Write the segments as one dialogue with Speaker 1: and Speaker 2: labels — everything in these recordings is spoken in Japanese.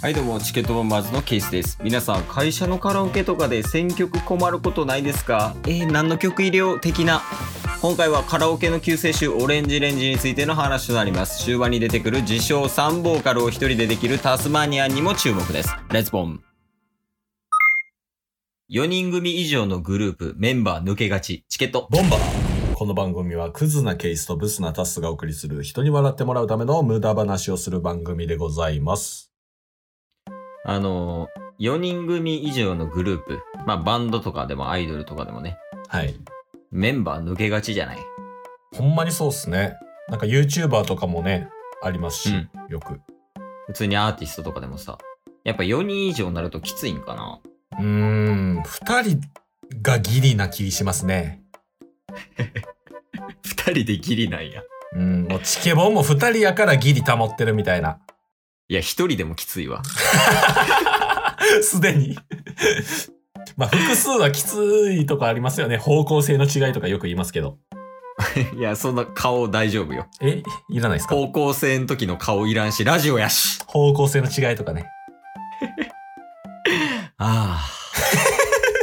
Speaker 1: はいどうもチケットボンバーズのケースです皆さん会社のカラオケとかで選曲困ることないですかえー、何の曲入れよう的な今回はカラオケの救世主オレンジレンジについての話となります終盤に出てくる自称3ボーカルを一人でできるタスマニアンにも注目ですレッツボン4人組以上のグループメンバー抜けがちチケット
Speaker 2: ボンバーこの番組はクズなケースとブスなタスがお送りする人に笑ってもらうための無駄話をする番組でございます。
Speaker 1: あのー、4人組以上のグループまあバンドとかでもアイドルとかでもね
Speaker 2: はい。
Speaker 1: メンバー抜けがちじゃない
Speaker 2: ほんまにそうっすね。なんか YouTuber とかもね、ありますし、
Speaker 1: うん
Speaker 2: よく。
Speaker 1: 普通にアーティストとかでもさやっぱ4人以上になるときついんかな
Speaker 2: うーん、二人がギリな気しますね。
Speaker 1: 2人でギリなんや
Speaker 2: うん、もうチケボンも二人やからギリ保ってるみたいな。
Speaker 1: いや1人でもきついわ
Speaker 2: すでに。 まあ複数はきついとかありますよね。方向性の違いとかよく言いますけど。
Speaker 1: いやそんな顔大丈夫よ
Speaker 2: え、いらないですか
Speaker 1: 高校生の時の顔いらんしラジオやし
Speaker 2: 方向性の違いとかね。
Speaker 1: ああ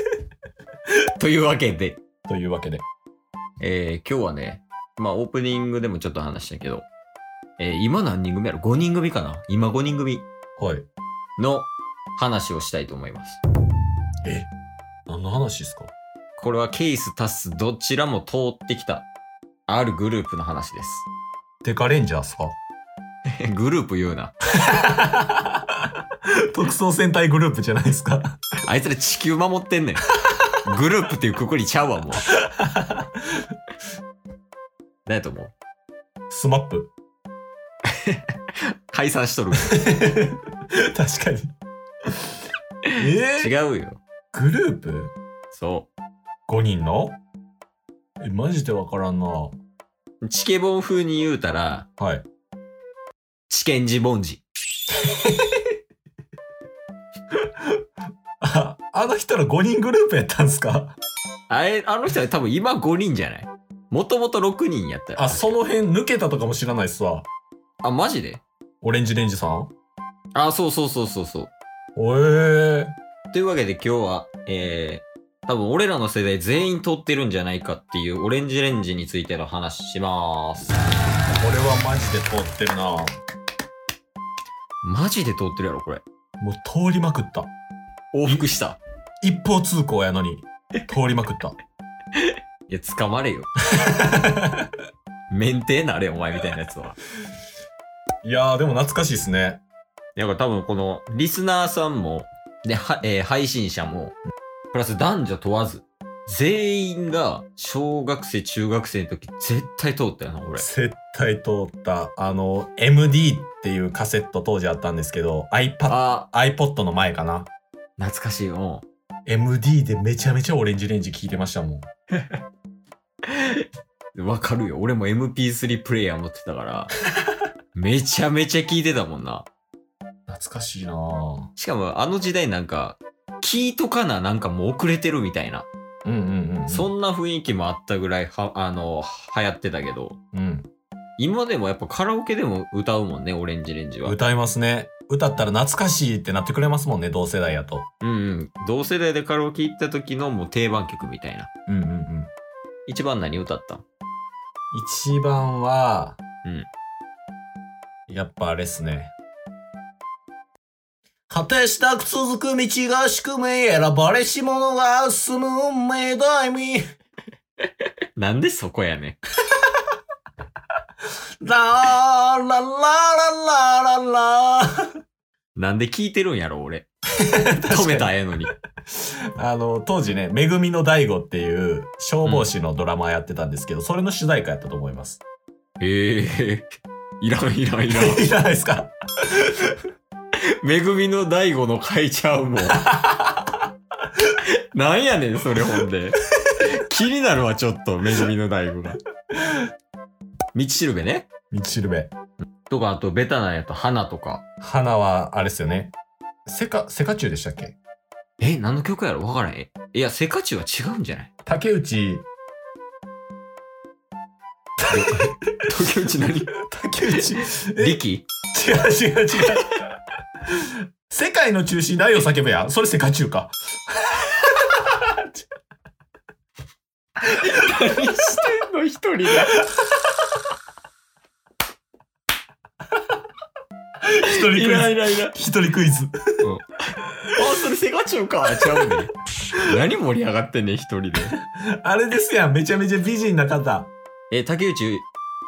Speaker 1: というわけで、
Speaker 2: というわけで。
Speaker 1: えー今日はねまあオープニングでもちょっと話したけど、えー今何人組やろ5人組かな今5人組
Speaker 2: はい。
Speaker 1: の話をしたいと思います
Speaker 2: え何の話ですか
Speaker 1: これはケースタスどちらも通ってきたあるグループの話です
Speaker 2: デカレンジャーっ すか
Speaker 1: グループ言うな。
Speaker 2: 特捜戦隊グループじゃないですか
Speaker 1: あいつら地球守ってんねん。グループっていうくくりちゃうわ、もう。何やと思う
Speaker 2: スマッ プ
Speaker 1: 解散しとる。
Speaker 2: 確かに。え
Speaker 1: 違うよ。
Speaker 2: グループ
Speaker 1: そ
Speaker 2: ?5 人のえ、マジでわからんな。は
Speaker 1: う。チケボン風に言うたら、
Speaker 2: い。
Speaker 1: チケンジボンジ。
Speaker 2: あ、あの人ら5人グループやったんすか
Speaker 1: あれ、あの人は多分今5人じゃないもともと6人やったよ。
Speaker 2: あ、その辺抜けたとかも知らないっすわ。
Speaker 1: あ、マジで
Speaker 2: オレンジレンジさん
Speaker 1: あ、そうそうそうそうそう。
Speaker 2: えー。
Speaker 1: というわけで今日は、えー、多分俺らの世代全員通ってるんじゃないかっていうオレンジレンジについての話します。
Speaker 2: これはマジで通ってるな。も
Speaker 1: マジで通ってるやろ、これ。
Speaker 2: う通りまくった。
Speaker 1: 往復した。
Speaker 2: 一方通行やのに、通りまく った。
Speaker 1: いや、捕まれよ。免停なれ、お前みたいなやつは。
Speaker 2: いやー、でも懐かしいですね。
Speaker 1: だから多分この、リスナーさんも、で、は、えー配信者も、プラス男女問わず、全員が、小学生、中学生の時、絶対通ったよな、俺。
Speaker 2: 絶対通った。あの、MD っていうカセット当時あったんですけど、iPad、
Speaker 1: あ
Speaker 2: iPod の前かな。
Speaker 1: ー、懐かしいよ。
Speaker 2: MD でめちゃめちゃオレンジレンジ聞いてましたもん。
Speaker 1: わかるよ。俺も MP3 プレイヤー持ってた から、めちゃめちゃ聞いてたもんな。
Speaker 2: 懐かしいなぁ。
Speaker 1: しかも、あの時代なんか、聞いとかな、なんかもう遅れてるみたいな。
Speaker 2: うんうんうん。
Speaker 1: そ
Speaker 2: ん、
Speaker 1: んな雰囲気もあったぐらいは、あの、流行ってたけど、
Speaker 2: うん。
Speaker 1: 今でもやっぱカラオケでも歌うもんね、オレンジレンジは。
Speaker 2: 歌いますね。歌ったら懐かしいってなってくれますもんね、同世代やと。
Speaker 1: うんうん。同世代でカラオケ行った時のもう定番曲みたいな。
Speaker 2: うんうんうん。
Speaker 1: 一番何歌ったん
Speaker 2: 一番は、
Speaker 1: うん。
Speaker 2: やっぱあれっすね。果てしなく続く道が宿命選ばれし者が進む運命だ意味。
Speaker 1: なんでそこやねん。
Speaker 2: ラーララララララ
Speaker 1: なんで聞いてるんやろ、 俺。止めたらええのに。
Speaker 2: あの、当時ね、めぐみの大悟っていう消防士のドラマやってたんですけど、それの主題歌やったと思い ます。
Speaker 1: ええいらんいらんいらん。
Speaker 2: いらないですか
Speaker 1: めぐみの大悟の書いちゃう もん。なんやねん、それほんで。気になるわ、ちょっと、めぐみの大悟が。道しるべね。
Speaker 2: 道しるべ。
Speaker 1: とか、あと、ベタなやと、花とか。
Speaker 2: 花は、あれっすよね。セカ、セカチュウでしたっけ
Speaker 1: え、何の曲やろわからへん。いや、セカチュウは違うんじゃない
Speaker 2: 竹内、
Speaker 1: 時々何
Speaker 2: 竹内、え
Speaker 1: 力
Speaker 2: 違う違う違う。世界の中心、愛を叫べや。それ世界中か。
Speaker 1: 何してんの一人だ。
Speaker 2: 一人クイ
Speaker 1: いら
Speaker 2: ズ。
Speaker 1: いらいら。
Speaker 2: 一人クイズ。
Speaker 1: あ、それセガチュウか。ちゃうね。何盛り上がってんねん、一人で。
Speaker 2: あれですやん。めちゃめちゃ美人な方。
Speaker 1: え、竹内、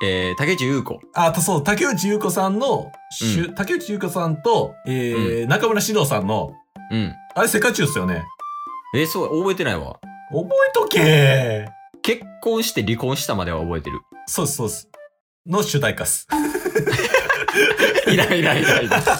Speaker 1: えー、竹内優子。
Speaker 2: あ、たそう、竹内優子さんの、しゅ
Speaker 1: う
Speaker 2: 竹内優子さんと、えー中村獅童さんの、
Speaker 1: うん。
Speaker 2: あれ世界中っすよね。
Speaker 1: え、そう、覚えてないわ。
Speaker 2: 覚えとけ
Speaker 1: 結婚して離婚したまでは覚えてる。
Speaker 2: そうです、そうです。の主題歌っす。
Speaker 1: いらいらいらいら。と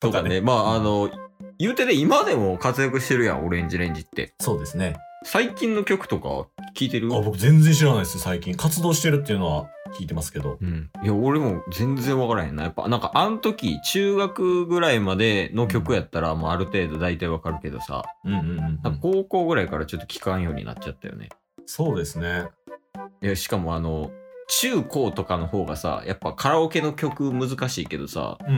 Speaker 2: と
Speaker 1: か
Speaker 2: かね
Speaker 1: ね、まあ、あの、言うてね、今でも活躍してるやん、オレンジレンジって。
Speaker 2: そうですね。
Speaker 1: 最近の曲とか聞いてる
Speaker 2: あ、僕全然知らないですよ、最近。活動してるっていうのは聞いてますけど。
Speaker 1: うん、いや俺も全然わからへんなやっぱなんかあの時中学ぐらいまでの曲やったらもうある程度大体わかるけどさ
Speaker 2: うんうんうん、う
Speaker 1: なんか
Speaker 2: ん。
Speaker 1: 高校ぐらいからちょっと聞かんようになっちゃったよね
Speaker 2: そうですね。
Speaker 1: いやしかもあの中高とかの方がさやっぱカラオケの曲難しいけどさ
Speaker 2: うんうん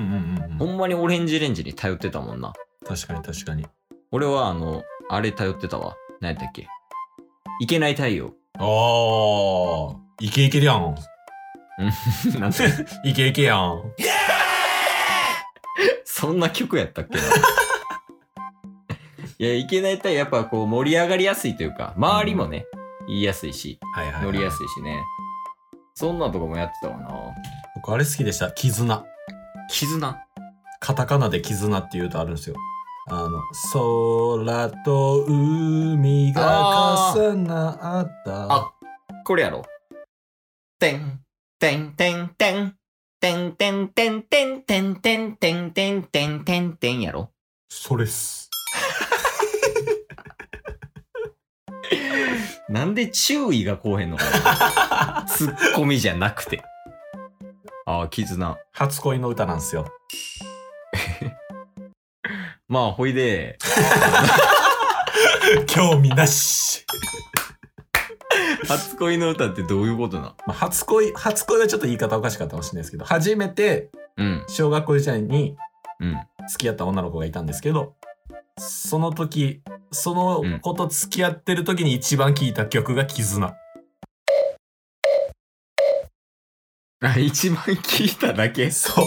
Speaker 2: うん、
Speaker 1: ほ
Speaker 2: うん。
Speaker 1: んまにオレンジレンジに頼ってたもんな
Speaker 2: 確かに確かに。
Speaker 1: 俺はあのあれ頼ってたわ何やったっけいけない太陽
Speaker 2: ああ、イケイケやん。
Speaker 1: なんて
Speaker 2: イケイケやん。
Speaker 1: そんな曲やったっけな いや、いけないってやっぱこう盛り上がりやすいというか、周りもね、言いやすいし、
Speaker 2: はいはい、
Speaker 1: 乗りや
Speaker 2: い。
Speaker 1: すいしね。そんなとこもやってたわな。
Speaker 2: 僕あれ好きでした。絆。
Speaker 1: 絆。
Speaker 2: カタカナで絆っていう歌あるんですよ。あの、空と海が重なった。
Speaker 1: あ、これやろ。てん、てんてんてん。てんてんてんてんてんてんてんてんてんてんてんやろ。
Speaker 2: それっす。
Speaker 1: なんで注意がこうへんのかな。 ツッコミじゃなくて。ああ、絆。
Speaker 2: 初恋の歌なんですよ。
Speaker 1: まあ、ほいで、
Speaker 2: 興味なし。
Speaker 1: 初恋の歌ってどういうことな
Speaker 2: まあ初恋、初恋はちょっと言い方おかしかったかもしれないですけど、初めて
Speaker 1: うん、
Speaker 2: 小学校時代に
Speaker 1: うん。
Speaker 2: 付き合った女の子がいたんですけど、その時、その子と付き合ってる時に一番聴いた曲が絆。
Speaker 1: あ、一番聞いただけ
Speaker 2: そう。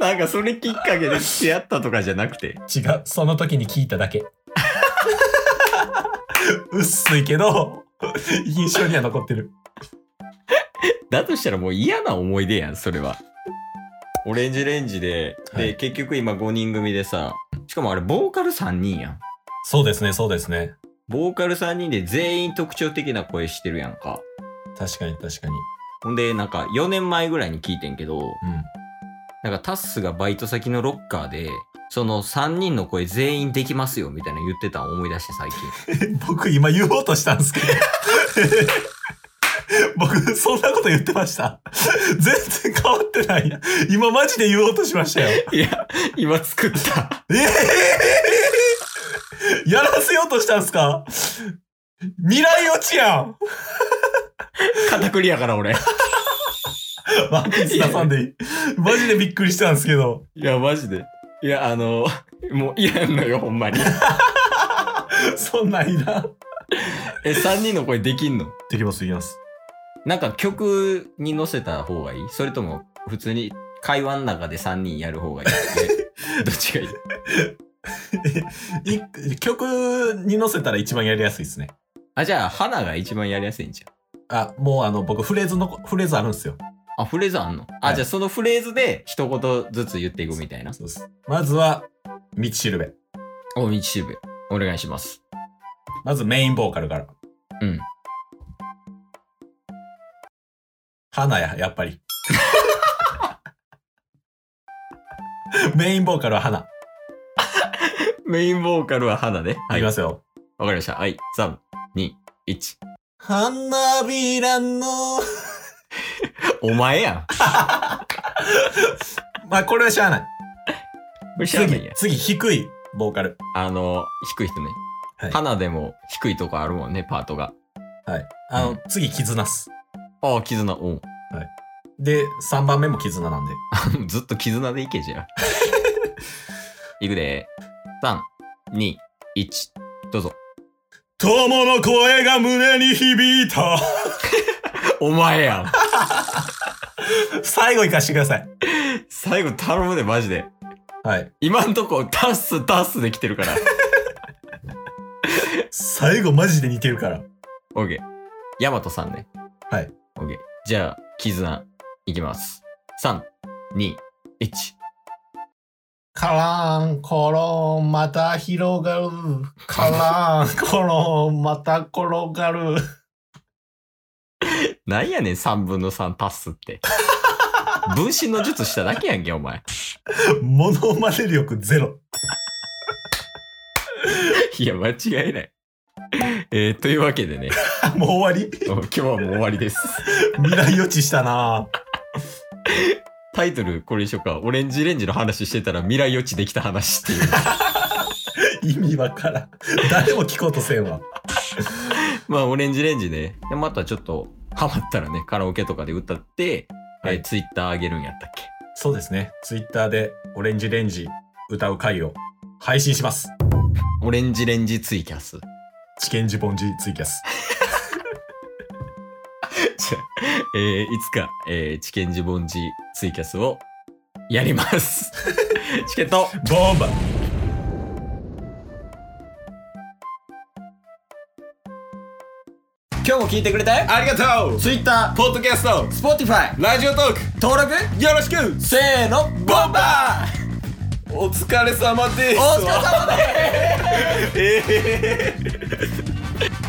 Speaker 1: なんかそれきっかけで付き合ったとかじゃなくて。
Speaker 2: 違うその時に聞いただけ 薄いけど印象には残ってる
Speaker 1: だとしたらもう嫌な思い出やん、それは。オレンジレンジで、
Speaker 2: は
Speaker 1: で、
Speaker 2: い
Speaker 1: 結局今5人組でさ、しかもあれボーカル3人やん。
Speaker 2: そうですねそうですね
Speaker 1: ボーカル3人で全員特徴的な声してるやんか。
Speaker 2: 確かに確かに
Speaker 1: ほんで、なんか4年前ぐらいに聞いてんけど、なんかタッスがバイト先のロッカーで、その3人の声全員できますよみたいな言ってたん思い出して最近。
Speaker 2: うん僕今言おうとしたんですけど 僕そんなこと言ってました全然変わってないや今マジで言おうとしましたよ
Speaker 1: いや、 今作った。
Speaker 2: ええやらせようとしたんすか未来落ちやん
Speaker 1: 片栗やから俺。
Speaker 2: マジで挟んでいいマジでびっくりしたんですけど
Speaker 1: いや、マジで。いや、あの、もういらんのよ、ほん まに。
Speaker 2: そんなんいらん。
Speaker 1: え、3人の声できんの
Speaker 2: できます、できます。
Speaker 1: なんか曲に乗せた方がいいそれとも、普通に会話の中で3人やる 方がいいえどっちがいい
Speaker 2: い曲に乗せたら一番やりやすいですね。
Speaker 1: あ、じゃあ、花が一番やりやすいんじゃ
Speaker 2: あ、もうあの、僕フレーズの、フレーズあるんですよ。
Speaker 1: ん。あ、フレーズあんのあ、
Speaker 2: はい
Speaker 1: じゃあそのフレーズで一言ずつ言っていくみたいな。
Speaker 2: そうです。まずは、道しるべ。
Speaker 1: お、道しるべ。お願いします。
Speaker 2: まずメインボーカルから。
Speaker 1: うん。
Speaker 2: 花や、やっぱり。 メインボーカルは花。
Speaker 1: メインボーカルは花ね。
Speaker 2: い
Speaker 1: はい。
Speaker 2: きま
Speaker 1: わ
Speaker 2: すよ。
Speaker 1: かりました。はい。3、2、1。
Speaker 2: 花びらの。
Speaker 1: お前やん。
Speaker 2: まあ、これはしゃあない。
Speaker 1: これ知らない
Speaker 2: 次
Speaker 1: や、。
Speaker 2: 次、低いボーカル。
Speaker 1: あの、低い人ね。
Speaker 2: はい
Speaker 1: 花でも低いとこあるもんね、パートが。
Speaker 2: はい。あの、
Speaker 1: うん
Speaker 2: 次、絆っす。
Speaker 1: ああ、絆、うん。
Speaker 2: で、3番目も絆なんで。
Speaker 1: ずっと絆でいけじゃん。いくで。3、2、1、どうぞ。
Speaker 2: 友の声が胸に響いた。
Speaker 1: お前やん。
Speaker 2: 最後行かしてください。
Speaker 1: 最後頼むで、マジで。
Speaker 2: はい。
Speaker 1: 今んとこ、タッス、タッスで来てるから。
Speaker 2: 最後マジで似てるから。
Speaker 1: オッケー。ヤマトさんね。
Speaker 2: はい。
Speaker 1: オッケー。じゃあ、絆、いきます。3、2、1。
Speaker 2: カランコロンまた広がる。カランコロンまた転がる。
Speaker 1: なんやねん、3分の3タッスって。分身の術しただけやんけ、お前。
Speaker 2: モノマネ力ゼロ。
Speaker 1: いや、間違いない。えー、というわけでね、
Speaker 2: もう終わり
Speaker 1: 今日はもう終わりです。
Speaker 2: 未来予知したな
Speaker 1: タイトル、これにしようか。オレンジレンジの話してたら未来予知できた話っていう。
Speaker 2: 意味わからん。誰も聞こうとせんわ。
Speaker 1: まあ、オレンジレンジで、でまたちょっと、ハマったらね、カラオケとかで歌って、
Speaker 2: は
Speaker 1: えー、
Speaker 2: い
Speaker 1: ツイッターあげるんやったっけ。
Speaker 2: そうですね。ツイッターでオレンジレンジ歌う回を配信します。
Speaker 1: オレンジレンジツイキャス。
Speaker 2: チケンジポンジツイキャス。
Speaker 1: じゃあえーいつか、えーチケンジボンジツイキャスをやります。チケット
Speaker 2: ボンバー
Speaker 1: 今日も聞いてくれたよ
Speaker 2: ありがとう
Speaker 1: Twitter、
Speaker 2: ポッドキャスト
Speaker 1: Spotify、
Speaker 2: ラジオトーク
Speaker 1: 登録
Speaker 2: よろしく
Speaker 1: せーの、ボンバー
Speaker 2: お疲れ様です
Speaker 1: お疲れ様です
Speaker 2: えー